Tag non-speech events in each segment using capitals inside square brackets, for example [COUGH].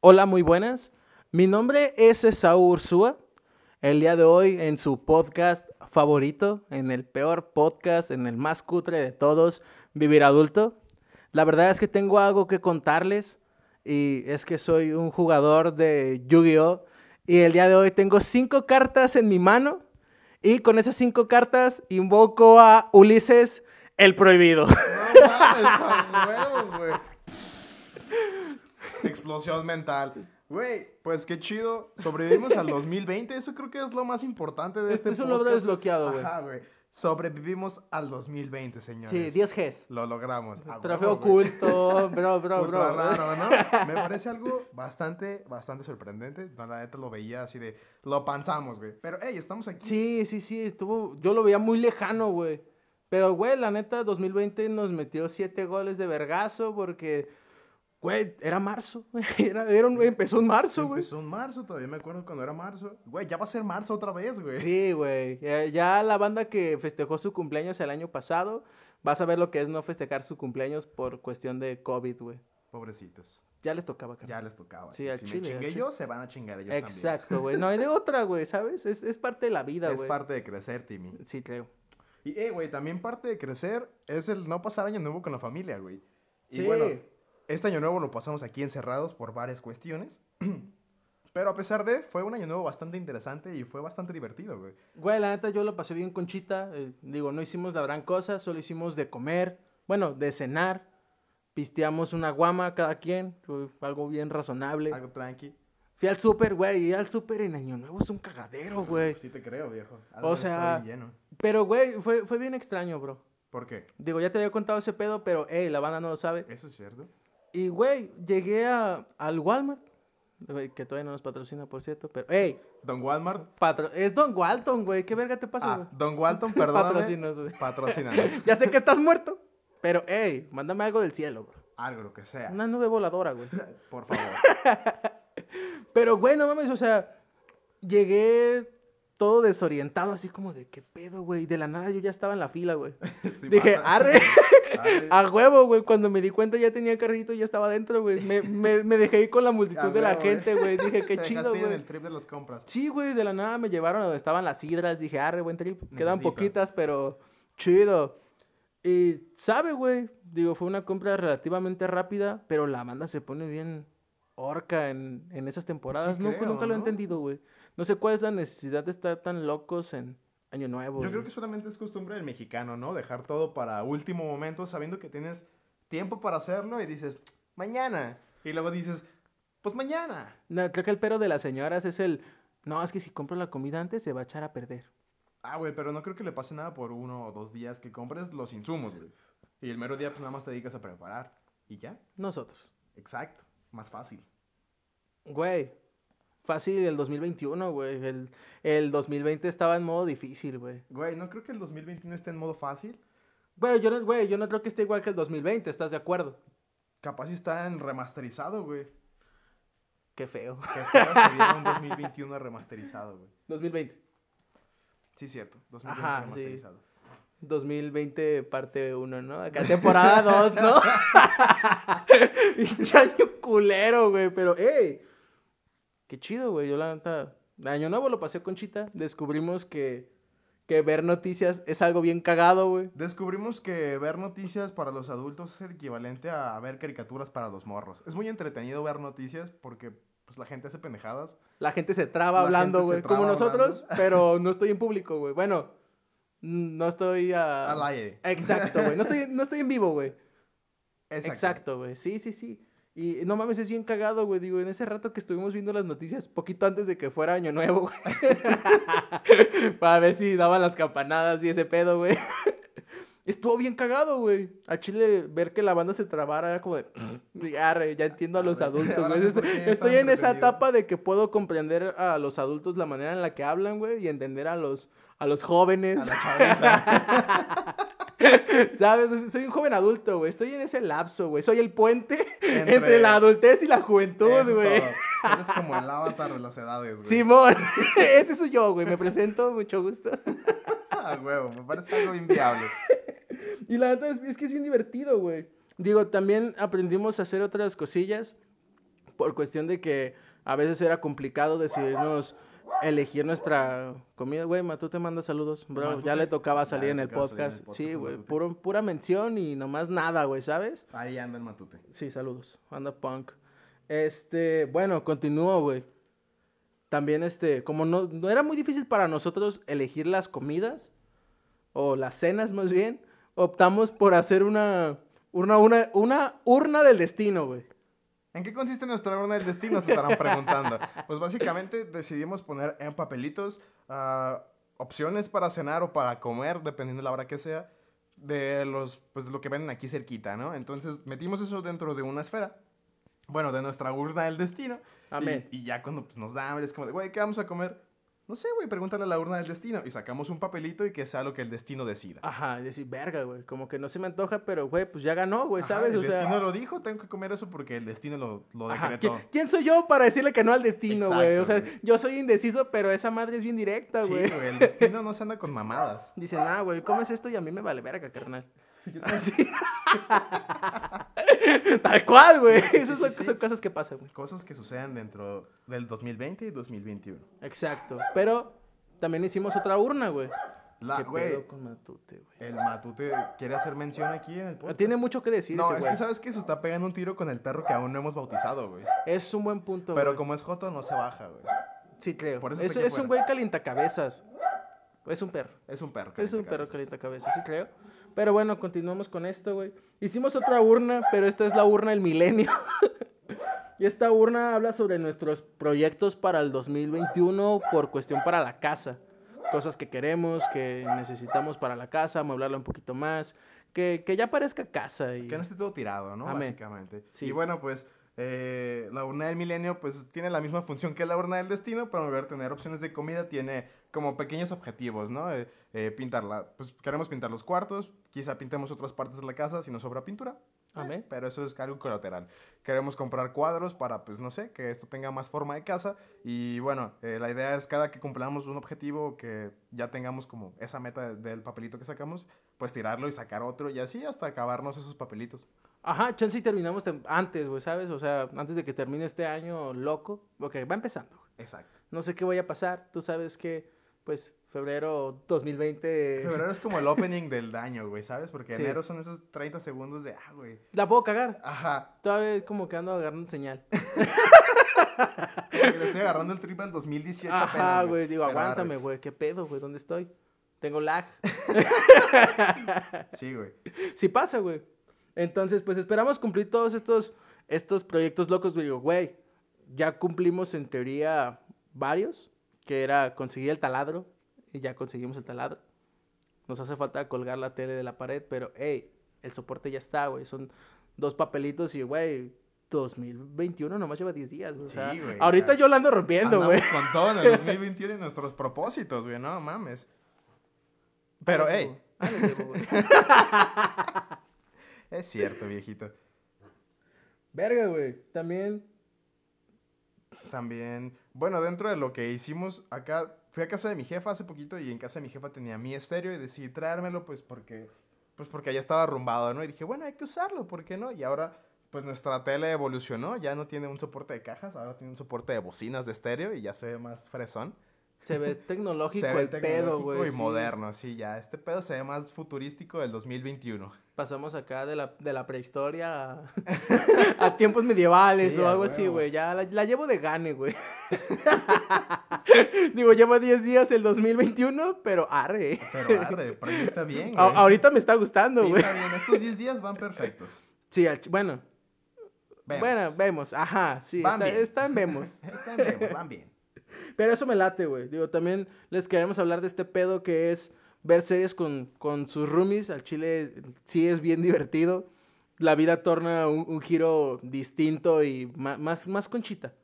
Hola, muy buenas. Mi nombre es Esaú Ursúa. El día de hoy en su podcast favorito, en el peor podcast, en el más cutre de todos, Vivir Adulto. La verdad es que tengo algo que contarles y es que soy un jugador de Yu-Gi-Oh! Y el día de hoy tengo cinco cartas en mi mano y con esas cinco cartas invoco a Ulises el Prohibido. No mames, a huevo, güey. Explosión mental. Güey, pues qué chido. Sobrevivimos al 2020. Eso creo que es lo más importante de este Este [LAUGHS] es un logro podcast. desbloqueado, güey. Ajá, güey. Sobrevivimos al 2020, señores. Sí, 10 Gs. Lo logramos. A Trofeo huevo, güey. [LAUGHS] oculto, bro, bro, Ultra bro. raro, ¿no? Me parece algo bastante, bastante sorprendente. No, la neta lo veía así de, lo panzamos, güey. Pero, hey, estamos aquí. Sí, sí, sí, estuvo, yo lo veía muy lejano, güey. Pero, güey, la neta, 2020 nos metió siete goles de vergazo porque, güey, era marzo, güey. [LAUGHS] Era, era un- empezó en marzo, güey. Empezó en marzo, todavía me acuerdo cuando era marzo. Güey, ya va a ser marzo otra vez, güey. Sí, güey. Ya, ya la banda que festejó su cumpleaños el año pasado, vas a ver lo que es no festejar su cumpleaños por cuestión de COVID, güey. Pobrecitos. Ya les tocaba, carnal. Ya les tocaba. Sí, si- al si chile, me al chingué chile. yo, se van a chingar ellos Exacto, güey. No hay de otra, güey, ¿sabes? Es, es parte de la vida, también. güey. Es parte de crecer, Timmy. Sí, creo. Y, eh, güey, también parte de crecer es el no pasar año nuevo con la familia, güey. Y Sí. bueno, este año nuevo lo pasamos aquí encerrados por varias cuestiones. [CLEARS THROAT] Pero a pesar de, fue un año nuevo bastante interesante y fue bastante divertido, güey. Güey, la neta yo lo pasé bien con Chita. eh, digo, no hicimos la gran cosa, solo hicimos de comer, bueno, de cenar. Pisteamos una guama cada quien, fue algo bien razonable. Algo tranqui. Fui al súper, güey, ir al súper en Año Nuevo es un cagadero, güey. Sí te creo, viejo. O de estar sea- bien lleno. Pero, güey, fue, fue bien extraño, bro. ¿Por qué? Digo, ya te había contado ese pedo, pero, hey, la banda no lo sabe. Eso es cierto. Y, güey, llegué a- al Walmart, güey, que todavía no nos patrocina, por cierto, pero, hey, Don Walmart. patro- es Don Walton, güey, ¿qué verga te pasa, Ah, güey? [LAUGHS] Don Walton, perdóname. Patrocínanos, güey. [LAUGHS] Patrocínanos. Ya sé que estás muerto, pero hey, mándame algo del cielo, bro. Algo, lo que sea. Una nube voladora, güey. [LAUGHS] Por favor. Pero, güey, no mames, o sea, llegué todo desorientado, así como de qué pedo, güey. De la nada yo ya estaba en la fila, güey. Sí Dije, pasa. arre, Arre. a huevo, güey. Cuando me di cuenta ya tenía carrito y ya estaba adentro, güey. Me, me- me dejé ir con la multitud A de la huevo, gente, güey. [LAUGHS] Dije, qué Te chido, dejaste ir en güey. el trip de las compras. Sí, güey, de la nada me llevaron a donde estaban las sidras. Dije, arre, buen trip. Quedan Necesito. poquitas, pero chido. Y sabe, güey. Digo, fue una compra relativamente rápida, pero la banda se pone bien orca en, en esas temporadas. Nunca- creo, nunca lo he ¿no? entendido, güey. No sé cuál es la necesidad de estar tan locos en Año Nuevo. Yo güey. creo que solamente es costumbre del mexicano, ¿no? Dejar todo para último momento, sabiendo que tienes tiempo para hacerlo y dices, mañana. Y luego dices, pues mañana. No, creo que el pero de las señoras es el. No, es que si compro la comida antes se va a echar a perder. Ah, güey, pero no creo que le pase nada por uno o dos días que compres los insumos, güey. Y el mero día, pues nada más te dedicas a preparar. Y ya, Nosotros. exacto. Más fácil. Güey, fácil el 2021, güey. El, el 2020 estaba en modo difícil, güey. Güey, no creo que el 2021 esté en modo fácil. Bueno, yo no, güey, yo no creo que esté igual que el 2020, ¿estás de acuerdo? Capaz si está en remasterizado, güey. Qué feo. [LAUGHS] Que feo sería un 2021 remasterizado, güey. 2020. Sí, cierto. 2021 Ajá, sí. remasterizado. 2020 parte 1, ¿no? Acá temporada 2, ¿no? [LAUGHS] Pinche año culero, güey, pero ey. Qué chido, güey. Yo la neta año nuevo lo pasé con Chita, descubrimos que que ver noticias es algo bien cagado, güey. Descubrimos que ver noticias para los adultos es el equivalente a ver caricaturas para los morros. Es muy entretenido ver noticias porque pues, la gente hace pendejadas. La gente se traba La hablando, gente güey, se como traba nosotros, [LAUGHS] pero no estoy en público, güey. Bueno, mm, no estoy ah, Al aire. Exacto, güey. No estoy, no estoy en vivo, güey. Exacto. Exacto, güey. Sí, sí, sí. Y no mames, es bien cagado, güey. Digo, en ese rato que estuvimos viendo las noticias, poquito antes de que fuera Año Nuevo, güey. [LAUGHS] Para ver si daban las campanadas y ese pedo, güey. Estuvo bien cagado, güey. A Chile ver que la banda se trabara era como de... "Mm, arre, ya entiendo a los Arre. adultos, Ah, Ahora güey. sé Estoy, por qué es tan estoy en esa entretenido. etapa de que puedo comprender a los adultos la manera en la que hablan, güey. Y entender a los, a los jóvenes. A la chaviza. [LAUGHS] ¿Sabes? Soy un joven adulto, güey. Estoy en ese lapso, güey. Soy el puente [LAUGHS] entre, Entre- la adultez y la juventud, Eso es güey. todo. Eres como el avatar de las edades, güey. Simón, [LAUGHS] ese soy yo, güey. Me presento, mucho gusto. [LAUGHS] Ah, huevo, me parece algo inviable. Y la neta es, es que es bien divertido, güey. Digo, también aprendimos a hacer otras cosillas por cuestión de que a veces era complicado decidirnos elegir nuestra comida. Güey, Matú te manda saludos, bro. Matute. ya le tocaba salir Ya en le el tocaba salir en el podcast. podcast Sí, a güey, Matute. puro- pura mención y nomás nada, güey, ¿sabes? Ahí anda el matute. Sí, saludos. Anda punk. Este, bueno, continúo, güey. También, este, como no, no era muy difícil para nosotros elegir las comidas, o las cenas más bien, optamos por hacer una, una, una, una urna del destino, güey. ¿En qué consiste nuestra urna del destino? Se estarán preguntando. Pues básicamente decidimos poner en papelitos ah, opciones para cenar o para comer, dependiendo de la hora que sea, de los, pues, de lo que venden aquí cerquita, ¿no? Entonces metimos eso dentro de una esfera. Bueno, de nuestra urna del destino. Y- Amén. Y, ya cuando pues, nos da hambre, es como de, güey, ¿qué vamos a comer? No sé, güey, pregúntale a la urna del destino. Y sacamos un papelito y que sea lo que el destino decida. Ajá, y decir, verga, güey, como que no se me antoja, pero, güey, pues ya ganó, güey, Ajá, ¿sabes? el o sea, ah, destino lo dijo, tengo que comer eso porque el destino lo, lo ajá, decretó. ¿quién, quién soy yo para decirle que no al destino, güey? O sea, Exacto, güey. yo soy indeciso, pero esa madre es bien directa, Sí, güey. güey, el destino no se anda con mamadas. Dicen, ah, güey, comes esto y a mí me vale verga, [LAUGHS] carnal. [LAUGHS] Así. Tal cual, güey. Esas son, sí, sí. son cosas que pasan, güey. Cosas que sucedan dentro del 2020 y 2021. Exacto. Pero también hicimos otra urna, güey. La, ¿Qué güey, pedo con Matute, güey? el matute quiere hacer mención aquí en el podcast. Tiene mucho que decir No, ese es güey. que sabes que se está pegando un tiro con el perro que aún no hemos bautizado, güey. Es un buen punto, Pero güey. como es Joto, no se baja, güey. Sí, creo. por eso es está aquí es un afuera. güey calientacabezas. Es un perro. Es un perro. Es un perro cabezas. calientacabezas, sí, creo. Pero bueno, continuamos con esto, güey. Hicimos otra urna, pero esta es la urna del milenio. [LAUGHS] y esta urna habla sobre nuestros proyectos para el 2021 por cuestión para la casa. Cosas que queremos, que necesitamos para la casa, amueblarla un poquito más. Que, que ya parezca casa. Y... Que no esté todo tirado, ¿no? Amén. Básicamente. Sí. Y bueno, pues eh, la urna del milenio pues tiene la misma función que la urna del destino, pero en lugar de tener opciones de comida tiene como pequeños objetivos, ¿no? Eh, eh, pintarla, pues queremos pintar los cuartos, quizá pintemos otras partes de la casa si nos sobra pintura. Amén. Pero eso es algo colateral. Queremos comprar cuadros para, pues no sé, que esto tenga más forma de casa. Y bueno, eh, la idea es cada que cumplamos un objetivo, que ya tengamos como esa meta de- del papelito que sacamos, pues tirarlo y sacar otro y así hasta acabarnos esos papelitos. Ajá, chance y terminamos tem- antes, güey, ¿sabes? O sea, antes de que termine este año loco. Ok, va empezando. Exacto. No sé qué voy a pasar. Tú sabes que, pues, febrero 2020... Febrero es como el opening del daño, güey, ¿sabes? Porque Sí. enero son esos 30 segundos de, ah, güey. La puedo cagar. Ajá. Todavía como que ando agarrando señal. como que le estoy agarrando el triple en 2018. Ajá, apenas, güey. Digo, Pero arre. aguántame, güey. ¿Qué pedo, güey? ¿Dónde estoy? Tengo lag. Sí, güey. Sí pasa, güey. Entonces, pues esperamos cumplir todos estos, estos proyectos locos. Digo, güey, ya cumplimos en teoría varios, que era conseguir el taladro. Y ya conseguimos el taladro. Nos hace falta colgar la tele de la pared, pero, hey, el soporte ya está, güey. Son dos papelitos y, güey, 2021 nomás lleva 10 días, güey. O Sí, sea, güey, ahorita ya. yo lo ando rompiendo, Andamos güey. con todo en el 2021 y nuestros propósitos, güey, no mames. Pero, Ándale, hey, güey. Ándale, güey. es cierto, viejito. [LAUGHS] Verga, güey. También. También, bueno, dentro de lo que hicimos acá, fui a casa de mi jefa hace poquito y en casa de mi jefa tenía mi estéreo y decidí traérmelo, pues porque, pues porque ya estaba arrumbado, ¿no? Y dije, bueno, hay que usarlo, ¿por qué no? Y ahora, pues nuestra tele evolucionó, ya no tiene un soporte de cajas, ahora tiene un soporte de bocinas de estéreo y ya se ve más fresón. Se ve tecnológico [LAUGHS] se ve el pedo, tecnológico güey. y sí. moderno, sí, ya. Este pedo se ve más futurístico del 2021. Pasamos acá de la, de la prehistoria [LAUGHS] a, a tiempos medievales Sí, o a algo así, huevo. güey. Ya la, la llevo de gane, güey. [LAUGHS] Digo, llevo 10 días el 2021, pero arre. [LAUGHS] Pero arre, proyecta bien, A- güey. ahorita me está gustando, Sí, güey. está bien, estos 10 días van perfectos. Sí, al ch- bueno. Vemos. Bueno, vemos. Ajá, sí. Van Está, bien. está en vemos. Están bien, van bien. Pero eso me late, güey. Digo, también les queremos hablar de este pedo que es ver series con, con sus roomies. Al chile sí es bien divertido. La vida torna un, un giro distinto y ma- más, más conchita.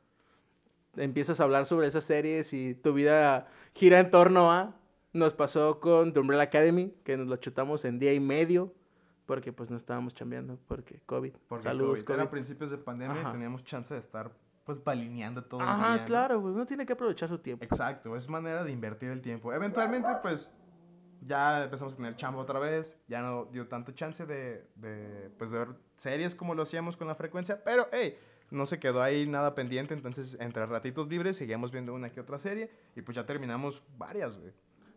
Empiezas a hablar sobre esas series y tu vida gira en torno a... Nos pasó con The Umbrella Academy, que nos lo chutamos en día y medio. Porque pues no estábamos chambeando, porque COVID. Porque Saludos, Saludos, COVID. eran principios de pandemia Ajá. y teníamos chance de estar, pues, balineando todo el día. Ajá, ¿no? claro, güey. Uno tiene que aprovechar su tiempo. Exacto, es manera de invertir el tiempo. Eventualmente, pues, ya empezamos a tener chamba otra vez, ya no dio tanto chance de, de, pues, de ver series como lo hacíamos con la frecuencia, pero, hey, No se quedó ahí nada pendiente, entonces entre ratitos libres seguíamos viendo una que otra serie y pues ya terminamos varias, güey.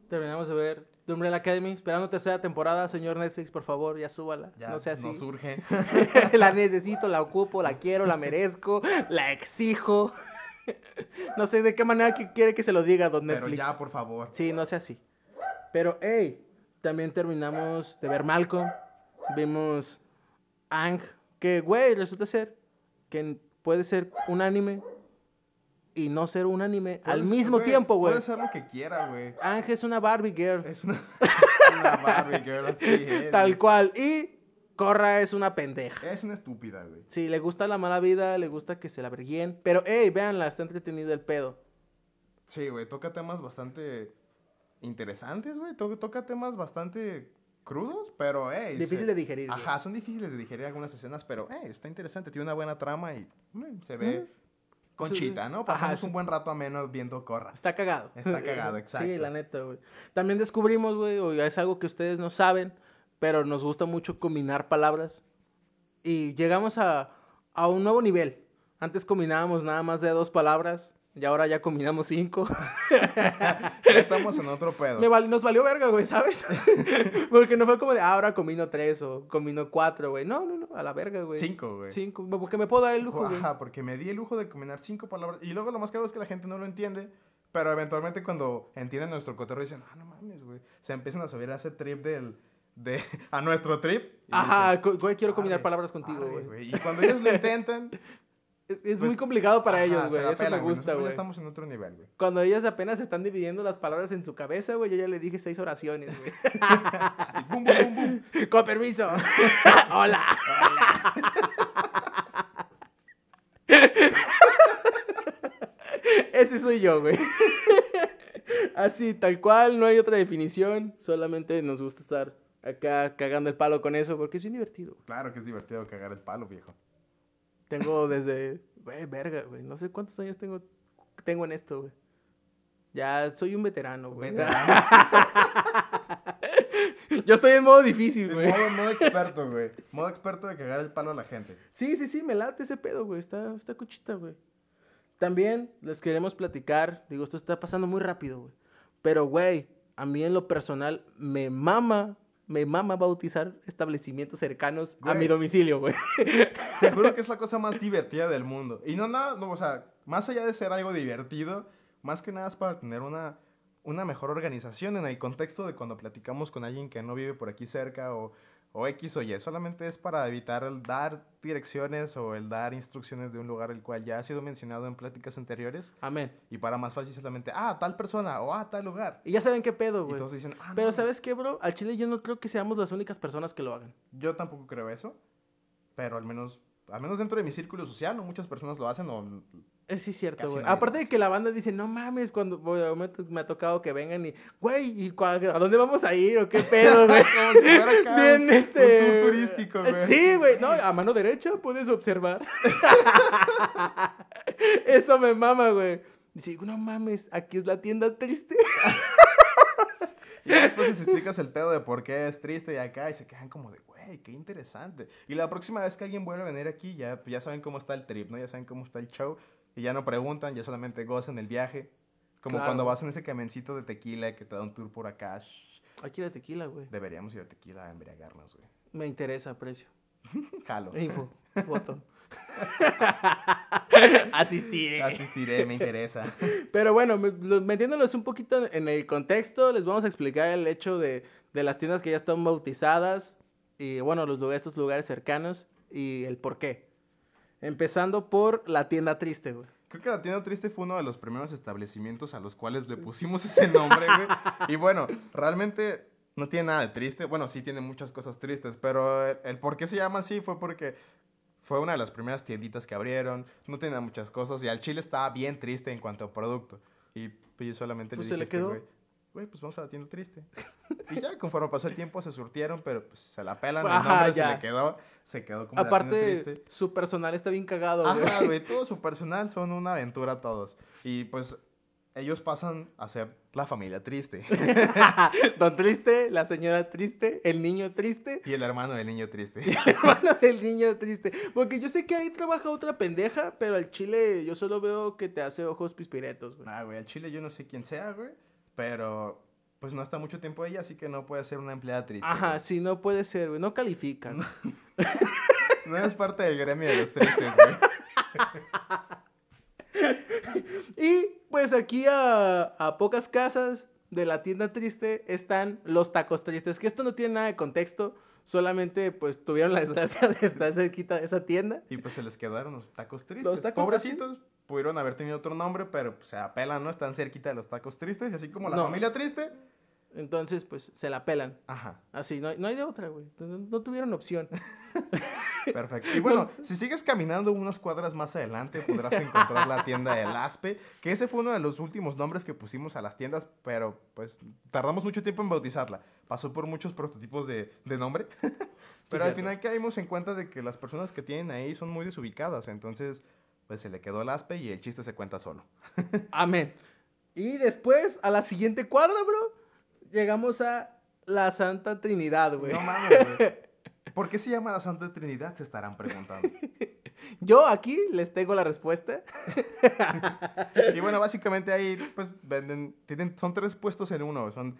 Terminamos de ver The Umbrella Academy, esperando tercera temporada, señor Netflix, por favor, ya súbala. Ya no sea así. nos surge. [LAUGHS] la necesito, la ocupo, la quiero, la merezco, la exijo. no sé de qué manera que quiere que se lo diga, don Pero Netflix. ya, por favor. Sí, no sea así. Pero, hey, también terminamos de ver Malcolm. Vimos Ang, que, güey, resulta ser que puede ser un anime y no ser un anime al Puedes- mismo tiempo, güey. Puede ser lo que quiera, güey. Ang es una Barbie girl, Es una, [LAUGHS] una Barbie girl, así [LAUGHS] es. tal cual. Y Corra es una pendeja. Es una estúpida, güey. Sí, le gusta la mala vida, le gusta que se la verguen. Pero, hey, véanla, está entretenido el pedo. Sí, güey, toca temas bastante interesantes, güey. to- toca temas bastante crudos, pero, hey. Difícil de digerir, güey. Ajá, son difíciles de digerir algunas escenas, pero, hey, está interesante. Tiene una buena trama y mm, se ve conchita, ¿no? Ajá, Pasamos es- un buen rato ameno [LAUGHS] viendo Corras. Está cagado. Está cagado, exacto. [LAUGHS] Sí, la neta, güey. También descubrimos, güey, o es algo que ustedes no saben, pero nos gusta mucho combinar palabras. Y llegamos a, a un nuevo nivel. Antes combinábamos nada más de dos palabras y ahora ya combinamos cinco. Ya estamos en otro pedo. Me val- nos valió verga, güey, ¿sabes? [LAUGHS] Porque no fue como de "Ah, ahora combino tres o combino cuatro, güey. No, no, no, a la verga, güey. Cinco, güey. Cinco, porque me puedo dar el lujo, güey. Ajá, porque me di el lujo de combinar cinco palabras. Y luego lo más caro es que la gente no lo entiende. Pero eventualmente cuando entienden nuestro cotorreo dicen, ah, no mames, güey. Se empiezan a subir a ese trip del... De, [LAUGHS] a nuestro trip. y Ajá, dicen, co- güey, quiero combinar "Arre, palabras contigo, arre, güey. Y cuando ellos lo [LAUGHS] intentan... Es, es pues, muy complicado para ajá, ellos, se güey. la Eso pelan, me gusta, Nosotros güey. Ya estamos en otro nivel, güey. Cuando ellas apenas están dividiendo las palabras en su cabeza, güey, yo ya le dije seis oraciones, güey. Así, bum, bum, bum, bum. [LAUGHS] Con permiso. Hola. Ese soy yo, güey. Así, tal cual, no hay otra definición. Solamente nos gusta estar acá cagando el palo con eso porque es bien divertido. Claro que es divertido cagar el palo, viejo. Tengo desde, güey, verga, güey. No sé cuántos años tengo, tengo en esto, güey. Ya soy un veterano, güey. [LAUGHS] Veterano. Yo estoy en modo difícil, güey. modo, modo experto, güey. Modo experto de cagar el palo a la gente. Sí, sí, sí, me late ese pedo, güey. Está, está cuchita, güey. También les queremos platicar. Digo, esto está pasando muy rápido, güey. Pero, güey, a mí en lo personal me mama, me mama bautizar establecimientos cercanos a Güey. mi domicilio, güey. Te juro que es la cosa más divertida del mundo. Y no nada, no, o sea, más allá de ser algo divertido, más que nada es para tener una, una mejor organización en el contexto de cuando platicamos con alguien que no vive por aquí cerca o, o X o Y. Solamente es para evitar el dar direcciones o el dar instrucciones de un lugar el cual ya ha sido mencionado en pláticas anteriores. Amén. Y para más fácil solamente, ah, tal persona o ah, tal lugar. Y ya saben qué pedo, Y güey. todos dicen, ah, Pero, no, ¿sabes qué, bro? Al chile yo no creo que seamos las únicas personas que lo hagan. Yo tampoco creo eso, pero al menos, al menos dentro de mi círculo social, no muchas personas lo hacen o Eh, Sí, cierto, Casi güey. nadie lo Aparte de hace. que la banda dice, no mames, cuando güey, me, to- me ha tocado que vengan y, güey, ¿y cua- ¿a dónnde vamos a ir? ¿O qué [LAUGHS] pedo, güey? [LAUGHS] Como si fuera acá Bien, un- un este. tour turístico, güey. Sí, güey. No, a mano derecha puedes [LAUGHS] observar. Eso me mama, güey. Dice, no mames, aquí es la tienda triste. Y ya después les explicas el pedo de por qué es triste y acá, y se quedan como de, güey, qué interesante. Y la próxima vez que alguien vuelve a venir aquí, ya, pues, ya saben cómo está el trip, ¿no? Ya saben cómo está el show, y ya no preguntan, ya solamente gozan el viaje. Como Claro. cuando vas en ese camioncito de tequila que te da un tour por acá. shh, Aquí la tequila, güey. Deberíamos ir a tequila a embriagarnos, güey. Me interesa, precio. Jalo. Info, [LAUGHS] foto. Asistiré. Asistiré, me interesa. Pero bueno, me- lo- metiéndolos un poquito en el contexto, les vamos a explicar el hecho de, de las tiendas que ya están bautizadas y bueno, los lugares, estos lugares cercanos y el por qué. Empezando por la tienda triste, güey. Creo que la tienda triste fue uno de los primeros establecimientos a los cuales le pusimos ese nombre, güey. Y bueno, realmente no tiene nada de triste. Bueno, sí tiene muchas cosas tristes, pero el, el por qué se llama así fue porque fue una de las primeras tienditas que abrieron. No tenía muchas cosas y al chile estaba bien triste en cuanto a producto. Y pues, yo solamente Pues le se le dije, a quedó. este güey, güey, pues vamos a la tienda triste. Y ya, conforme pasó el tiempo, se surtieron, pero pues, se la pelan. [LAUGHS] el Ajá, nombre se ya. le quedó. Se quedó como la tienda triste. Aparte, su personal está bien cagado, güey. Ajá, güey, todo su personal son una aventura todos. Y pues ellos pasan a ser la familia triste. [LAUGHS] [LAUGHS] Don Triste, la señora Triste, el niño Triste. [LAUGHS] y el hermano del niño triste. [LAUGHS] Hermano del niño triste. Porque yo sé que ahí trabaja otra pendeja, pero al chile yo solo veo que te hace ojos pispiretos, güey. Ah, güey, al chile yo no sé quién sea, güey. Pero pues no está mucho tiempo ella, así que no puede ser una empleada triste. Ajá, güey. sí, no puede ser, güey. No califica. güey. No es parte del gremio de los tristes, güey. Y pues aquí a, a pocas casas de la tienda triste están los tacos tristes. Que esto no tiene nada de contexto. Solamente pues tuvieron la desgracia de estar cerquita de esa tienda. Y pues se les quedaron los tacos tristes. Los tacos ¿ah, Pobrecitos. Pudieron haber tenido otro nombre, pero pues, se apelan, ¿no? Están cerquita de los tacos tristes. Y así como la No. familia triste. Entonces pues se la pelan. Ajá, Así, no, hay- no hay de otra, güey. Entonces, no tuvieron [LAUGHS] opción. perfecto. [LAUGHS] Y bueno, si sigues caminando unas cuadras más adelante, podrás encontrar la tienda del Aspe, que ese fue uno de los últimos nombres que pusimos a las tiendas, pero pues tardamos mucho tiempo en bautizarla. Pasó por muchos prototipos de, de nombre. [LAUGHS] Pero al cierto. final caímos en cuenta de que las personas que tienen ahí son muy desubicadas, entonces pues se le quedó el Aspe y el chiste se cuenta solo. Amén. Y después, a la siguiente cuadra, bro, llegamos a la Santa Trinidad, güey. No mames, güey. ¿Por qué se llama la Santa Trinidad? Se estarán preguntando. Yo aquí les tengo la respuesta. Y bueno, básicamente ahí, pues, venden, tienen, son tres puestos en uno, son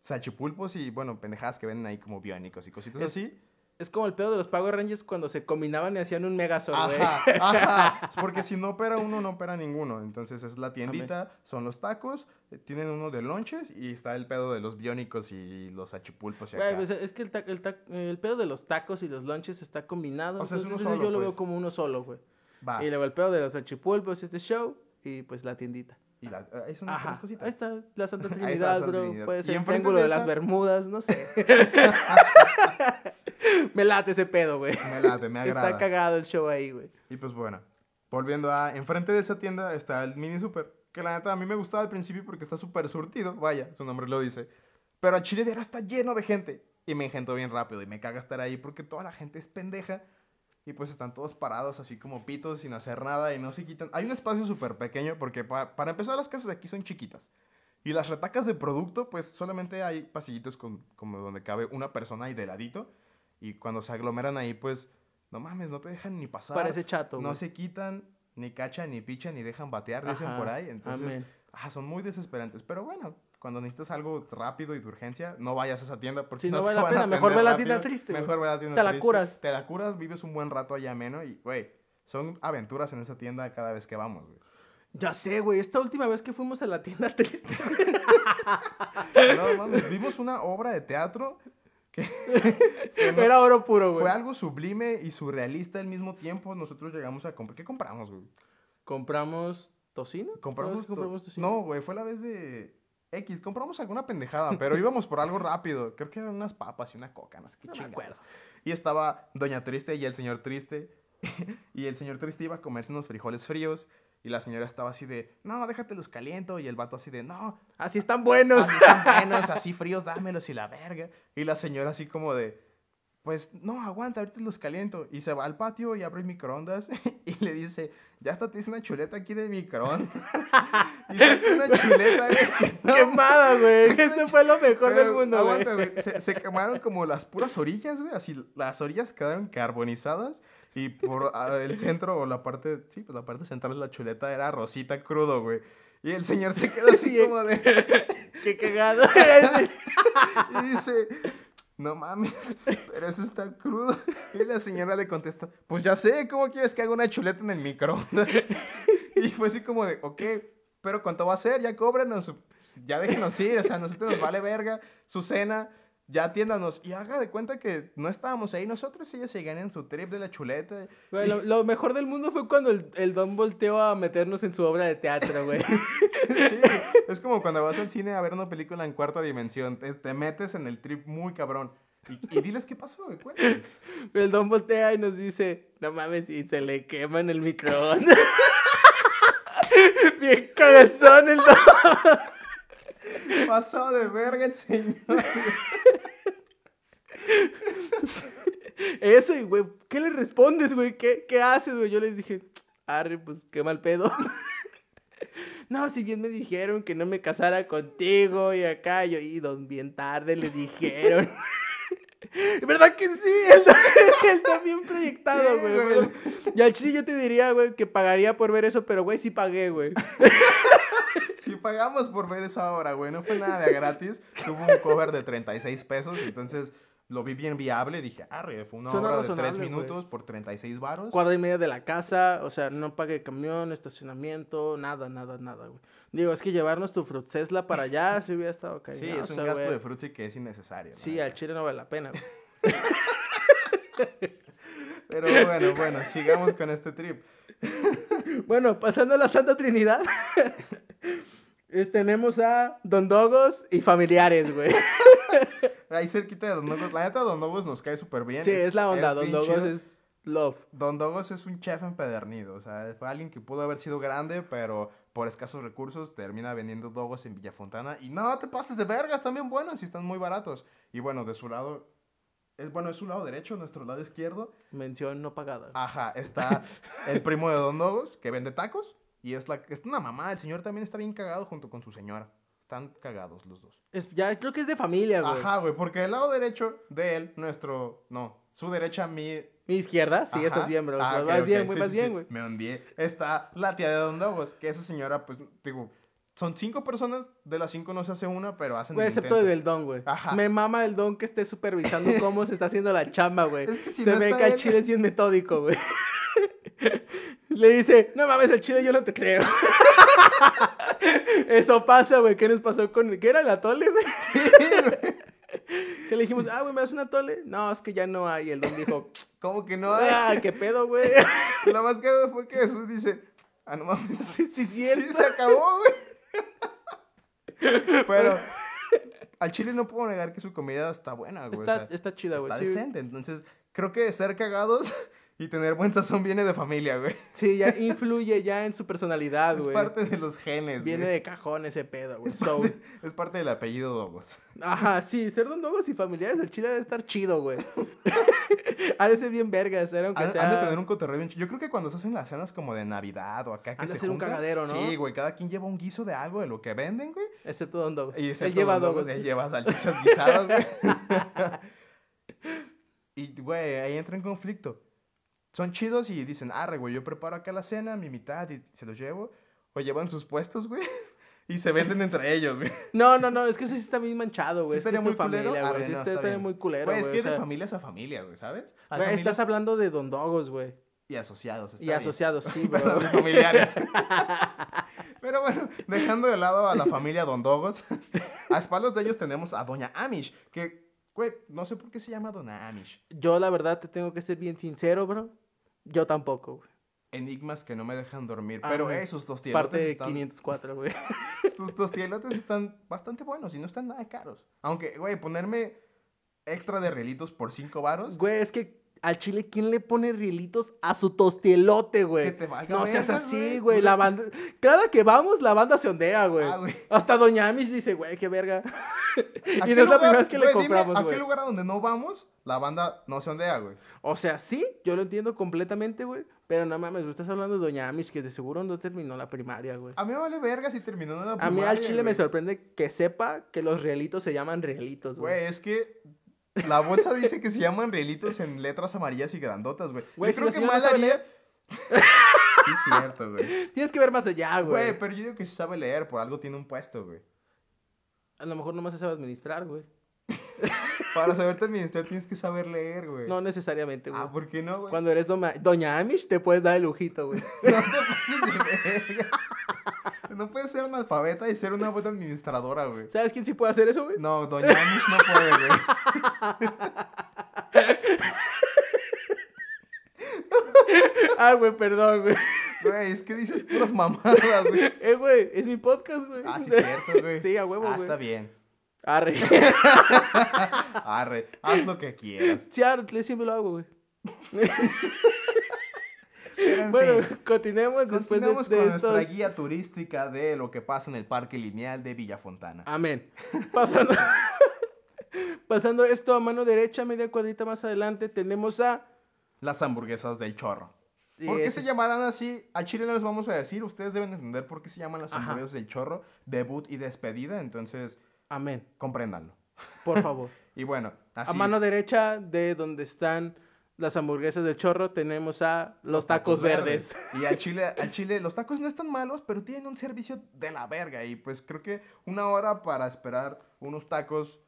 sachipulpos y, bueno, pendejadas que venden ahí como biónicos y cositas Es- así. Es como el pedo de los Power Rangers cuando se combinaban y hacían un megazord, güey. [LAUGHS] Ajá, ajá. Es Porque si no opera uno, no opera ninguno. Entonces es la tiendita, son los tacos, eh, tienen uno de lonches y está el pedo de los biónicos y los sachipulpos y Güey, acá. pues, es que el, ta- el ta- el pedo de los tacos y los lunches está combinado. O sea, es entonces uno eso solo, yo lo veo pues. Ah. como uno solo, güey. Va. Y luego el pedo de los achipulpos, este show y pues la tiendita. Y la- ah, ahí son las Ajá. tres cositas. Ahí está la Santa [LAUGHS] Ahí está la Trinidad, Santa bro. Trinidad. Puede Y ser el enfrente Triángulo de de las esa- Bermudas, no [LAUGHS] sé. Me late ese pedo, güey. Me late, me agrada. [LAUGHS] Está cagado el show ahí, güey. Y pues bueno, volviendo a. Enfrente de esa tienda está el mini super. Que la neta a mí me gustaba al principio porque está súper surtido. Vaya, su nombre lo dice. Pero al chile de ahora está lleno de gente. Y me engentó bien rápido. Y me caga estar ahí porque toda la gente es pendeja. Y pues están todos parados así como pitos sin hacer nada y no se quitan. Hay un espacio súper pequeño porque pa- para empezar las casas de aquí son chiquitas. Y las retacas de producto pues solamente hay pasillitos con, como donde cabe una persona y de ladito. Y cuando se aglomeran ahí pues no mames, no te dejan ni pasar. Parece chato, No güey. se quitan, ni cachan, ni pichan, ni dejan batear, dicen Ajá, por ahí. Entonces, amén. ah, son muy desesperantes. Pero bueno, cuando necesitas algo rápido y de urgencia, no vayas a esa tienda porque Sí, no te vale la van a pena. Mejor atender ve la rápido. tienda triste, güey. Mejor ve la tienda Te la triste. curas. Te la curas, vives un buen rato allá ameno y, güey, son aventuras en esa tienda cada vez que vamos, güey. Ya sé, güey. Esta última vez que fuimos a la tienda [LAUGHS] triste. No [LAUGHS] mames, vimos una obra de teatro que no- Era oro puro, güey. fue algo sublime y surrealista al mismo tiempo. Nosotros llegamos a comprar. ¿Qué compramos, güey? Compramos tocino. Compramos, ¿Todos to- compramos este tocino. No, güey, fue la vez de X. Compramos alguna pendejada, pero íbamos por algo rápido. Creo que eran unas papas y una coca, no sé qué No me chingados. acuerdo. Y estaba Doña Triste y el señor Triste. [LAUGHS] y el señor Triste iba a comerse unos frijoles fríos. Y la señora estaba así de, no, déjatelos caliento. Y el vato así de, no, Así Ah, están buenos. así están buenos, así fríos, dámelos y la verga. Y la señora así como de, pues no, aguanta, ahorita los caliento. Y se va al patio y abre el microondas [LAUGHS] y le dice, ya hasta te hice una chuleta aquí de microondas. [LAUGHS] y saca una [LAUGHS] chuleta, güey. que no Quemada, güey. Sí, [LAUGHS] Eso fue lo mejor del pero, mundo, güey. aguanta, güey. Se, se quemaron como las puras orillas, güey. Así las orillas quedaron carbonizadas. Y por ah, el centro o la parte, sí, pues la parte central de la chuleta era rosita crudo, güey. Y el señor se quedó [LAUGHS] así Bien. como de... Qué cagado. Y dice, no mames, pero eso está crudo. Y la señora le contesta, pues ya sé, ¿cómo quieres que haga una chuleta en el microondas? [LAUGHS] Y fue así como de, ok, pero ¿cuánto va a ser? Ya cóbranos, ya déjenos ir, o sea, nosotros nos vale verga, su cena, ya atiéndanos. Y haga de cuenta que no estábamos ahí nosotros, ellos se ganan su trip de la chuleta. Güey, lo, lo mejor del mundo fue cuando el, el don volteó a meternos en su obra de teatro, [LAUGHS] güey. Sí, es como cuando vas al cine a ver una película en cuarta dimensión, te, te metes en el trip muy cabrón. Y, y diles qué pasó, güey, cuéntales. El don voltea y nos dice, no mames, y se le quema en el microondas. [LAUGHS] Bien cagazón el don. Pasado de verga el señor. [LAUGHS] Eso, y güey, ¿qué le respondes, güey? ¿Qué, qué haces, güey? Yo le dije, arre, pues qué mal pedo. [LAUGHS] no, si bien me dijeron que no me casara contigo y acá, yo, y don, bien tarde le dijeron. [LAUGHS] ¿Verdad que sí? Él está, [LAUGHS] él está bien proyectado, Sí, güey. güey. pero- Y al chile yo te diría, güey, que pagaría por ver eso, pero, güey, sí pagué, güey. Si pagamos por ver esa obra, güey, no fue nada de gratis. Tuvo un cover de 36 pesos, entonces lo vi bien viable. Dije, arre, fue una Suena obra de 3 razonable, güey. minutos por 36 varos. Cuadra y media de la casa, o sea, no pagué camión, estacionamiento, nada, nada, nada, güey. Digo, es que llevarnos tu frutesla para allá sí hubiera estado Sí, cariñoso, es un gasto güey. de frutzi que es innecesario. la Sí, neta. al chile no vale la pena, güey. [LAUGHS] Pero bueno, bueno, sigamos con este trip. Bueno, pasando a la Santa Trinidad, [LAUGHS] eh, tenemos a Don Dogos y familiares, güey. Ahí cerquita de Don Dogos. La neta, Don Dogos nos cae súper bien. Sí, es la onda, Don bien Dogos chido. es love. Don Dogos es un chef empedernido. O sea, fue alguien que pudo haber sido grande, pero por escasos recursos termina vendiendo Dogos en Villafontana. Y no te pases de verga, están bien buenos y están muy baratos. Y bueno, de su lado. Es, bueno, es su lado derecho, nuestro lado izquierdo. Mención no pagada. Ajá, está el primo de Don Dogos, que vende tacos. Y es, la, es una mamá. El señor también está bien cagado junto con su señora. Están cagados los dos. Es- ya creo que es de familia, güey. Ajá, güey, porque del lado derecho de él, nuestro. No, su derecha, mi. Mi izquierda, sí, ajá. estás bien, bro. Ah, vas ok, vas ok, bien, güey, sí, vas sí, bien, sí, güey. Me hundí. Está la tía de Don Dogos, que esa señora, pues, digo, son cinco personas, de las cinco no se hace una, pero hacen. Güey, el excepto intento. del don, güey. Ajá. Me mama el don que esté [LAUGHS] supervisando cómo se está haciendo la chamba, güey. Es que si se no ve está que al él- [LAUGHS] chile es bien metódico, güey. [LAUGHS] Le dice, no mames, al chile yo no te creo. [LAUGHS] Eso pasa, güey. ¿Qué les pasó con... ¿Qué era el atole, güey? que le dijimos, ah, güey, ¿me das un atole? No, es que ya no hay. Y el don dijo, Como que [LAUGHS] [LAUGHS] no hay. ah, qué pedo, [LAUGHS] güey. Lo más cagado fue que Jesús dice, ah, no mames. Sí, es cierto. se [LAUGHS] acabó, güey. Pero. Al chile no puedo negar que su comida está buena, güey. o está, sea. está chida, güey. Está sí. decente. Entonces, creo que ser cagados [LAUGHS] y tener buen sazón viene de familia, güey. Sí, ya influye ya en su personalidad, Ah, es güey. parte de los genes, Viene güey. de cajón ese pedo, güey. Soul. Es parte del apellido Dogos. Ajá, sí, ser don Dogos y familiares, el chile ha de estar chido, güey. [LAUGHS] ha de ser bien vergas, era [LAUGHS] aunque Han, sea. han de tener un cotorreo bien ch- Yo creo que cuando se hacen las cenas como de Navidad o acá que Han de se ser un juntan, cagadero, ¿no? Sí, güey. Cada quien lleva un guiso de algo de lo que venden, güey. Excepto don Dogos. Y él lleva Dogos. Él lleva salchichas guisadas, güey. [LAUGHS] [LAUGHS] y, güey, ahí entra en conflicto. Son chidos y dicen, arre, güey, yo preparo acá la cena, mi mitad, y se los llevo. O llevan sus puestos, güey. [LAUGHS] Y se venden entre ellos, güey. No, no, no, es que eso sí está bien manchado, Sí güey. es que estaría es tu muy familia, culero. güey. Arre, sí no, está- está estaría bien. muy culero, Güey, güey. es que o es de sea, familias a familia, güey, ¿sabes? Hay güey, familias estás hablando de don Dogos, güey. y asociados. está Y bien. asociados, [LAUGHS] sí, güey. Perdón, de familiares. [LAUGHS] Pero bueno, dejando de lado a la familia Don Dogos, a espaldas de ellos tenemos a Doña Amish, que, güey, no sé por qué se llama Doña Amish. Yo, la verdad, te tengo que ser bien sincero, bro. Yo tampoco, güey. Enigmas que no me dejan dormir. Ah, pero güey. eh, sus tostielotes Parte de están, [LAUGHS] 504, güey. Sus tostielotes están bastante buenos y no están nada caros. Aunque, güey, ponerme extra de relitos por cinco varos. Güey, es que al chile, ¿quién le pone rielitos a su tostielote, güey? Que te valga No seas verga, así, güey. güey. La banda. Cada que vamos, la banda se ondea, güey. Ah, güey. Hasta Doña Amish dice, güey, qué [LAUGHS] verga. [LAUGHS] y ¿A no qué es la lugar- primera vez que le güey, dime, compramos, ¿A qué güey. lugar a donde no vamos, la banda no se ondea, güey? O sea, sí, yo lo entiendo completamente, güey. Pero no mames, güey, estás hablando de Doña Amish, que de seguro no terminó la primaria, güey. A mí me vale verga si terminó en Ah, la A mí al primaria, chile me güey. sorprende que sepa que los reelitos se llaman reelitos, güey. Güey, es que la bolsa dice que se llaman rielitos en letras amarillas y grandotas, güey. Güey, Yo si creo la que señora más sabe haría- leer. Sí, es [LAUGHS] cierto, güey. Tienes que ver más allá, güey. Güey, pero yo digo que sí sabe leer, por algo tiene un puesto, güey. A lo mejor nomás se sabe administrar, güey. Para saberte administrar tienes que saber leer, güey. No necesariamente, güey. Ah, ¿por qué no, güey? [LAUGHS] Cuando eres doma- Doña Amish, te puedes dar el lujito, güey. No te pases de verga. No puedes ser analfabeta y ser una buena administradora, güey. ¿Sabes quién sí puede hacer eso, güey? [LAUGHS] No, Doña Amish no puede, güey. Ah, güey, perdón, güey. Güey, es que dices puras mamadas, güey. Eh, güey, es mi podcast, güey. Ah, sí, [LAUGHS] es cierto, güey. Sí, a huevo, Ah, güey. está bien. Arre. [LAUGHS] Arre, haz lo que quieras. Sí, arre, siempre lo hago, güey. Pero, en Bueno, fin. continuemos después de, Continuamos de con estos. nuestra guía turística de lo que pasa en el Parque Lineal de Villafontana. Amén. Pasando. [LAUGHS] Pasando esto a mano derecha, media cuadrita más adelante, tenemos a Las hamburguesas del chorro. Y ¿Por qué ese se es- llamarán así? A Chile no les vamos a decir. Ustedes deben entender por qué se llaman las Ajá. hamburguesas del chorro, debut y despedida. Entonces, Amén, compréndanlo. por favor. Y bueno, [LAUGHS] así. A mano derecha de donde están las hamburguesas del chorro tenemos a los, tacos, verdes. Y al Chile, al Chile, los tacos no están malos, pero tienen un servicio de la verga. Y pues creo que una hora para esperar unos tacos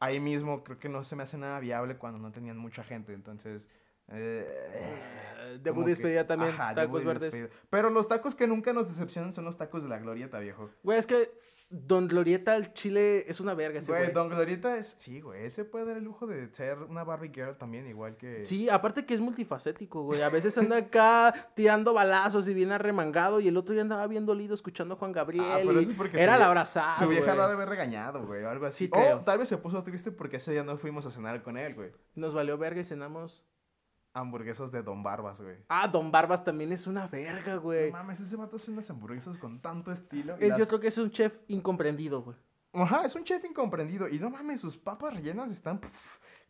ahí mismo, creo que no se me hace nada viable cuando no tenían mucha gente. Entonces. Eh, Eh, como Debut que- y despedida también, ajá, debut tacos y verdes. despedida. Pero los tacos que nunca nos decepcionan son los tacos de la glorieta, viejo. Güey, es que Don Glorieta al chile es una verga, ese Güey, güey. Don Glorieta es. Sí, güey, él se puede dar el lujo de ser una Barbie Girl también, igual que. Sí, aparte que es multifacético, güey. A veces anda acá [LAUGHS] tirando balazos y bien arremangado y el otro ya andaba bien dolido escuchando a Juan Gabriel. Ah, pero y eso es porque su era la vie- abrazada. Su vieja ah, güey. lo ha de haber regañado, güey, o algo así. Sí, creo. O tal vez se puso triste porque ese día no fuimos a cenar con él, güey. Nos valió verga y cenamos. Hamburguesas de Don Barbas, güey. Ah, Don Barbas también es una verga, güey. No mames, ese vato hace unas hamburguesas con tanto estilo. y Eh, Yo las- creo que es un chef incomprendido, güey. Ajá, es un chef incomprendido. Y no mames, sus papas rellenas están. pf,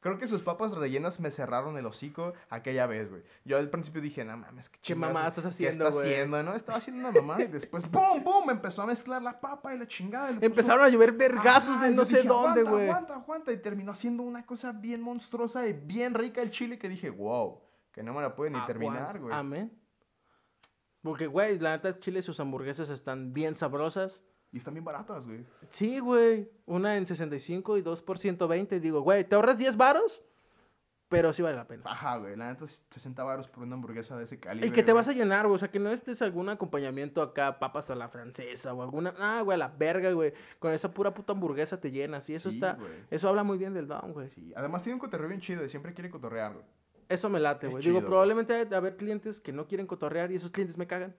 Creo que sus papas rellenas me cerraron el hocico aquella vez, güey. Yo al principio dije, no mames, qué, ¿Qué chingados mamada es- estás qué haciendo, está güey?" haciendo, ¿no? Estaba haciendo una mamada y después, [LAUGHS] ¡pum, pum! Me empezó a mezclar la papa y la chingada. y le puso- Empezaron a llover vergazos Ajá, de y no yo sé dije, dónde, "Aguanta, güey. Aguanta, aguanta. Y terminó haciendo una cosa bien monstruosa y bien rica el chile que dije, wow, que no me la pueden ni Aguanta. terminar, güey. Amén. Porque, güey, la neta, Chile, sus hamburguesas están bien sabrosas. Y están bien baratas, güey. Sí, güey. Una en 65 y dos por 120. Digo, güey, ¿te ahorras 10 varos? Pero sí vale la pena. Ajá, güey. La neta, 60 baros por una hamburguesa de ese calibre. El que te güey. vas a llenar, güey. O sea, que no estés algún acompañamiento acá, papas a la francesa o alguna. Ah, güey, a la verga, güey. Con esa pura puta hamburguesa te llenas. Y eso Sí, está. güey. Eso habla muy bien del Don, güey. Sí, además tiene un cotorreo bien chido y siempre quiere cotorrear, güey. Eso me late, Es güey. chido, Digo, güey. probablemente ha de haber clientes que no quieren cotorrear y esos clientes me cagan.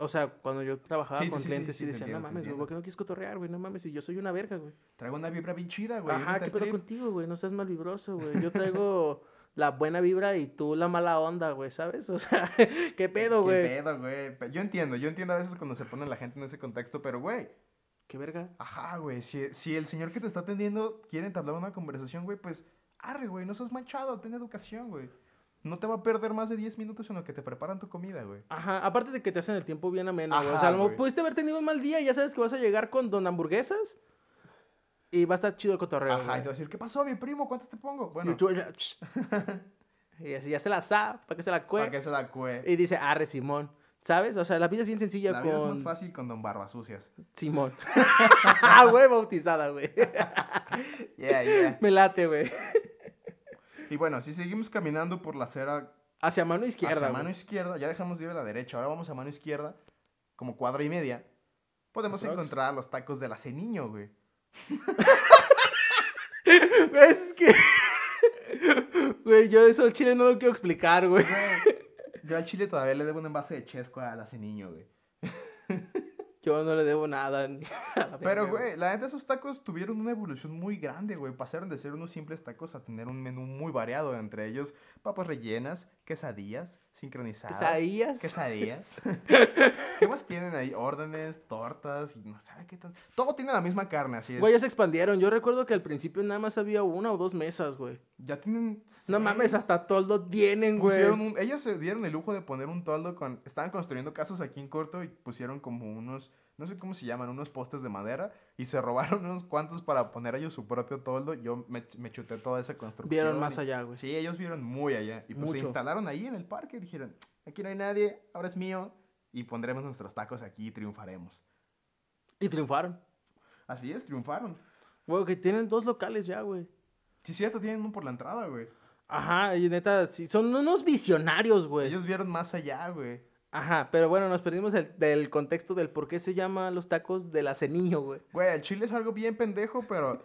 O sea, cuando yo trabajaba Sí, sí, con sí, sí, clientes sí, y te decían, no entiendo, te mames, güey, entiendo. ¿por qué no quieres cotorrear, güey? No mames, y yo soy una verga, güey. Traigo una vibra bien chida, güey. Ajá, ahorita ¿qué pedo trip. contigo, güey? No seas mal vibroso, güey. Yo traigo [LAUGHS] la buena vibra y tú la mala onda, güey, ¿sabes? [LAUGHS] O sea, ¿qué pedo, Pues, Qué güey? pedo, güey. Pe- Yo entiendo, yo entiendo a veces cuando se pone la gente en ese contexto, pero, güey. ¿Qué verga? Ajá, güey. Si, si el señor que te está atendiendo quiere entablar una conversación, güey, pues arre, güey. No seas manchado, ten educación, güey. No te va a perder más de 10 minutos en lo que te preparan tu comida, güey. Ajá, aparte de que te hacen el tiempo bien ameno, güey. O Ajá, sea, a lo mejor güey. pudiste haber tenido un mal día y ya sabes que vas a llegar con don hamburguesas y va a estar chido el cotorreo, Ajá, y güey. te va a decir, ¿qué pasó, mi primo? ¿Cuántas te pongo? Y Bueno, tú, ya, [LAUGHS] y así ya se la sabe, para que se la para cue. que se la cue. Y dice, arre, Simón. ¿Sabes? O sea, la vida es bien sencilla La vida es más con fácil con don Barba Sucias. [LAUGHS] Simón. [LAUGHS] ah, güey, bautizada, güey. Yeah, yeah. Me late, güey. Y bueno, si seguimos caminando por la acera Hacia mano izquierda, hacia güey. mano izquierda, ya dejamos de ir a la derecha, ahora vamos a mano izquierda, como cuadra y media, podemos Aprox. encontrar los tacos de la Ceniño, [LAUGHS] güey. Güey, Es que. [LAUGHS] Güey, yo eso al chile no lo quiero explicar, güey. Güey, Yo al chile todavía le debo un envase de chesco a la Ceniño, güey. Yo no le debo nada. ni [LAUGHS] a la verga, Pero, güey, la neta, esos tacos tuvieron una evolución muy grande, güey. Pasaron de ser unos simples tacos a tener un menú muy variado, entre ellos papas rellenas, quesadillas, sincronizadas. Quesadillas. Quesadillas. [LAUGHS] ¿Qué más tienen ahí? Órdenes, tortas y no sabe qué tal. Todo tiene la misma carne, así es. Güey, ya se expandieron. Yo recuerdo que al principio nada más había una o dos mesas, güey. Ya tienen. No mames, seis. hasta toldo tienen, güey. Pusieron un- ellos se dieron el lujo de poner un toldo con... Estaban construyendo casas aquí en corto y pusieron como unos... No sé cómo se llaman, unos postes de madera y se [LAUGHS] robaron unos cuantos para poner ellos su propio toldo. Yo me, ch- me chuté toda esa construcción. Vieron más y- allá, güey. Sí, ellos vieron muy allá. Y pues se Mucho. instalaron ahí en el parque. Dijeron, aquí no hay nadie, ahora es mío. Y pondremos nuestros tacos aquí y triunfaremos. Y triunfaron. Así es, triunfaron. Güey, que tienen dos locales ya, güey. Sí, cierto, tienen uno por la entrada, güey. Ajá, y neta, sí, son unos visionarios, güey. Ellos vieron más allá, güey. Ajá, pero bueno, nos perdimos el- del contexto del por qué se llama los tacos de la ceniño, güey. [LAUGHS] Güey, el Chile es algo bien pendejo, pero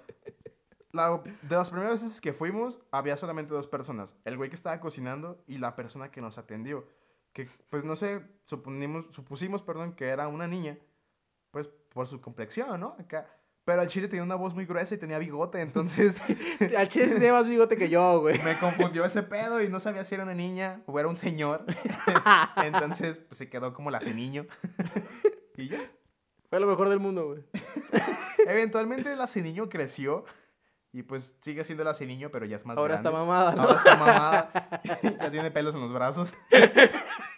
la- de las primeras veces que fuimos había solamente dos personas. El güey que estaba cocinando y la persona que nos atendió. Que, pues no sé, suponimos, supusimos, perdón, que era una niña. Pues por su complexión, ¿no? Acá. Pero el Chile tenía una voz muy gruesa y tenía bigote, entonces Al chile sí tiene más bigote que yo, güey. me confundió ese pedo y no sabía si era una niña o era un señor. Entonces pues, se quedó como la ceniño. y ya. Fue lo mejor del mundo, güey. Eventualmente la ceniño creció Y pues sigue siendo la niño, pero ya es más Ahora está grande. Ah. mamada, ¿no? Ahora está mamada. [LAUGHS] ya tiene pelos en los brazos. [LAUGHS]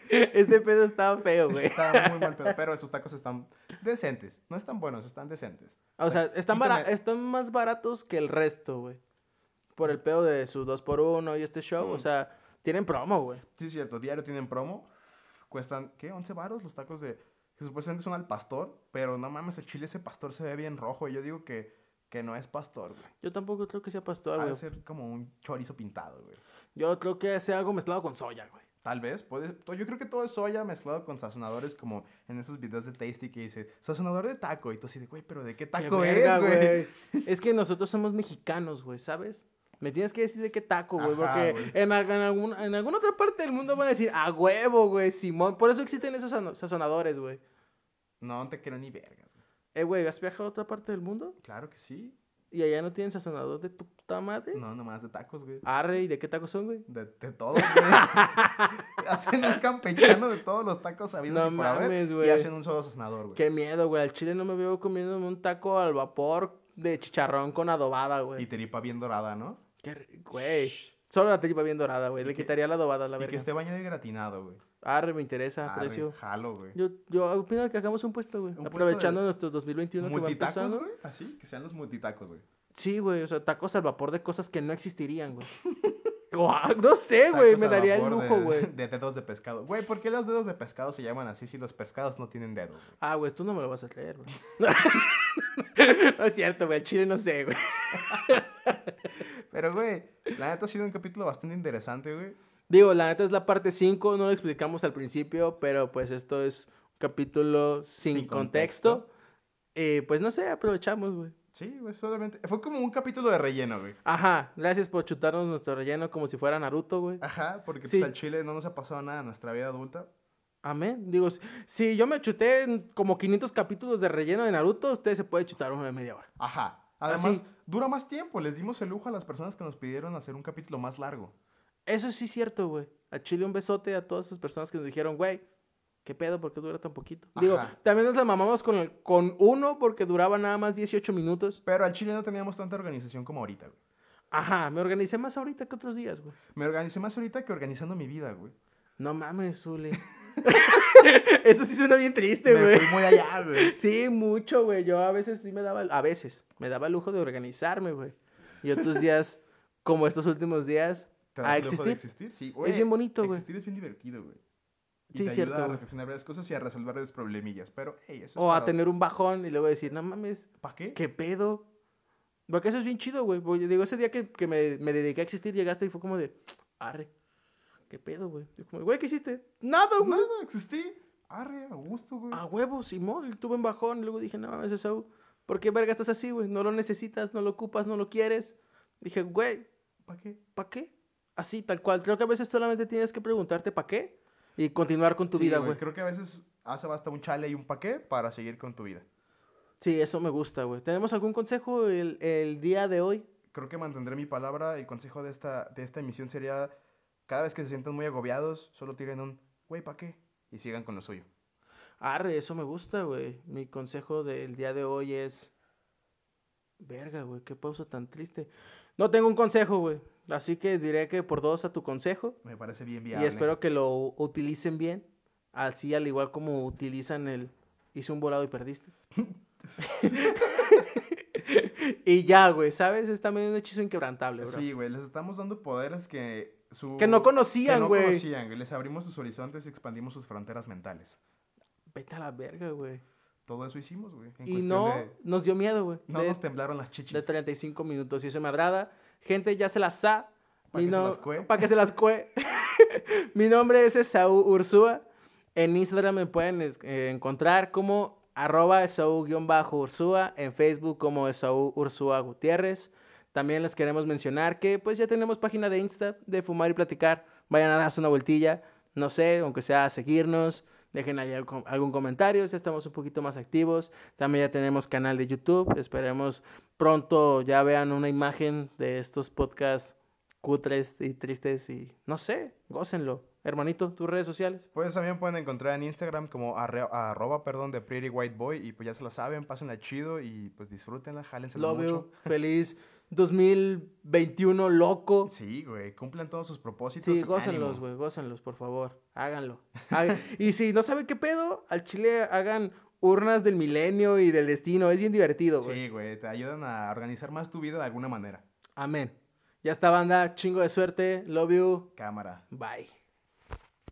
Este pedo está feo, güey. Está muy mal pedo. Pero esos tacos están decentes. No están buenos, están decentes. O sea, están, bara- quítame- están más baratos que el resto, güey. Por el pedo de su 2x1 y este show. O Mm. sea, tienen promo, güey. Sí, es cierto. Diario tienen promo. Cuestan, ¿qué? 11 varos los tacos de... Que supuestamente son al pastor. Pero no mames, el chile ese pastor se ve bien rojo. Y yo digo que, que no es pastor, güey. Yo tampoco creo que sea pastor, Ha Ah, güey. de ser como un chorizo pintado, güey. Yo creo que sea algo mezclado con soya, güey. Tal vez, puede. to- Yo creo que todo es soya mezclado con sazonadores, como en esos videos de Tasty que dice sazonador de taco. Y tú así de, güey, pero ¿de qué ¡Qué taco verga, es, güey? güey! [LAUGHS] Es que nosotros somos mexicanos, güey, ¿sabes? Me tienes que decir de qué taco, güey, Ajá, porque güey. en, al- en algún- en alguna otra parte del mundo van a decir, a huevo, güey, Simón. Por eso existen esos sano- sazonadores, güey. No te quiero ni vergas. güey. Eh, güey, ¿has viajado a otra parte del mundo? Claro que sí. ¿Y allá no tienen sazonador de tu puta madre? No, nomás de tacos, güey. Arre, ¿y de qué tacos son, güey? De, de [LAUGHS] todo, güey. hacen un campechano de todos los tacos sabidos No y por haber, mames, Y güey. hacen un solo sazonador, güey. Qué miedo, güey. Al chile no me veo comiéndome un taco al vapor de chicharrón con adobada, Y güey. tripa bien dorada, ¿no? Qué ri- Güey. Solo la tripa bien dorada, güey. Y Le que- quitaría la adobada a la y que verga. esté bañado y gratinado, güey. Arre, me interesa, Arre, precio. Jalo, güey. Yo, yo opino que hagamos un puesto, güey. puesto Aprovechando de- nuestro 2021 que va Multitacos, empezando. güey. Así, que sean los multitacos, güey. Sí, güey. O sea, tacos al vapor de cosas que no existirían, [LAUGHS] güey. Guau, no sé, güey. Tacos Me al daría el vapor lujo, de- güey. De dedos de pescado. Güey, ¿por qué los dedos de pescado se llaman así si los pescados no tienen dedos? güey? Ah, güey, tú no me lo vas a creer, güey. [LAUGHS] no es cierto, güey. Al chile no sé, güey. Pero, güey, la neta ha sido un capítulo bastante interesante, güey. Digo, la neta es la parte 5, no lo explicamos al principio, pero pues esto es un capítulo sin, Sin contexto. contexto. Eh, pues no sé, aprovechamos, güey. Sí, güey, solamente. Fue como un capítulo de relleno, güey. Ajá, gracias por chutarnos nuestro relleno como si fuera Naruto, güey. Ajá, porque Sí. pues, al chile no nos ha pasado nada en nuestra vida adulta. Amén. Digo, si- si yo me chuté en como 500 capítulos de relleno de Naruto, ustedes se pueden chutar uno de media hora. Ajá. Además, dura más tiempo. Les dimos el lujo a las personas que nos pidieron hacer un capítulo más largo. Eso sí es cierto, güey. A Chile un besote a todas esas personas que nos dijeron, güey, ¿qué pedo? ¿Por qué dura tan poquito? Digo, Ajá. también nos la mamamos con, el- con uno porque duraba nada más 18 minutos. Pero al chile no teníamos tanta organización como ahorita, güey. Ajá, me organicé más ahorita que otros días, güey. Me organicé más ahorita que organizando mi vida, güey. No mames, Zule. [LAUGHS] Eso sí suena bien triste, Me Este, güey. fui muy allá, güey. Sí, mucho, güey. Yo a veces sí me daba, a veces, me daba el lujo de organizarme, güey. Y otros días, como estos últimos días, ¿Te das a el lujo de existir. existir? Sí, güey, Ah, bien bonito, güey. Existir es bien divertido, güey. Y Sí, te es cierto, ayuda a güey. reflexionar varias cosas y a resolver varios problemillas. Pero, hey, eso O es a tener un bajón y luego decir, no mames, ¿Para qué? ¿qué pedo? Porque eso es bien chido, güey. Porque Digo, ese día que, que me, me dediqué a existir, llegaste y fue como de, arre, ¿qué pedo, güey? Yo como, güey, ¿qué hiciste? Nada, güey. Pues Nada, existí. Arre, a gusto, güey. A huevo, Simón, tuve un bajón. y Luego dije, no mames, eso. ¿Por qué verga estás así, güey? No lo necesitas, no lo ocupas, no lo quieres. Dije, güey, ¿Para qué? ¿para qué? Así, tal cual. Creo que a veces solamente tienes que preguntarte para qué y continuar con tu Sí, vida, güey. Creo que a veces hace basta un chale y un pa' qué para seguir con tu vida. Sí, eso me gusta, güey. ¿Tenemos algún consejo el, el día de hoy? Creo que mantendré mi palabra. El consejo de esta, de esta emisión sería, cada vez que se sientan muy agobiados, solo tiren un, güey, ¿para qué? Y sigan con lo suyo. Arre, eso me gusta, güey. Mi consejo del día de hoy es. Verga, güey, qué pausa tan triste. No tengo un consejo, güey. Así que diré que por dos a tu consejo. Me parece bien Y viable. espero que lo utilicen bien, así al igual como utilizan el hice un volado y [LAUGHS] perdiste. y ya, güey, ¿sabes? Es también un hechizo inquebrantable, bro. Sí, güey, les estamos dando poderes que su... Que no conocían, no güey. conocían, güey. Les abrimos sus horizontes y expandimos sus fronteras mentales. Vete a la verga, güey. Todo eso hicimos, güey. en Y cuestión no de- nos dio miedo, güey. No de, nos temblaron las chichis. de 35 minutos, y eso me agrada. Gente, ya se las sa. Pa' que se las cue. Para que se las cue. [LAUGHS] Mi nombre es Esaú Ursúa. En Instagram me pueden es- eh, encontrar como arroba Esaú-Ursúa. En Facebook como Esaú Ursúa Gutiérrez. También les queremos mencionar que pues ya tenemos página de Insta de Fumar y Platicar. Vayan a darse una vueltilla. No sé, aunque sea a seguirnos. Dejen ahí algo- algún comentario, ya estamos un poquito más activos. También ya tenemos canal de YouTube. Esperemos pronto ya vean una imagen de estos podcasts cutres y tristes y no sé, gócenlo. Hermanito, tus redes sociales. Pues también pueden encontrar en Instagram como arre- arroba, perdón, de Pretty White Boy. Y pues ya se la saben, pásenla chido y pues disfrútenla, jálense Love mucho. [LAUGHS] you. Feliz 2021 loco. Sí, güey, cumplan todos sus propósitos. Sí, ánimo. gócenlos, güey, gócenlos, por favor. Háganlo. [LAUGHS] Haga- y si no saben qué pedo, al chile hagan urnas del milenio y del destino. Es bien divertido, güey. Sí, güey, te ayudan a organizar más tu vida de alguna manera. Amén. Ya está, banda. Chingo de suerte. Love you. Cámara. Bye.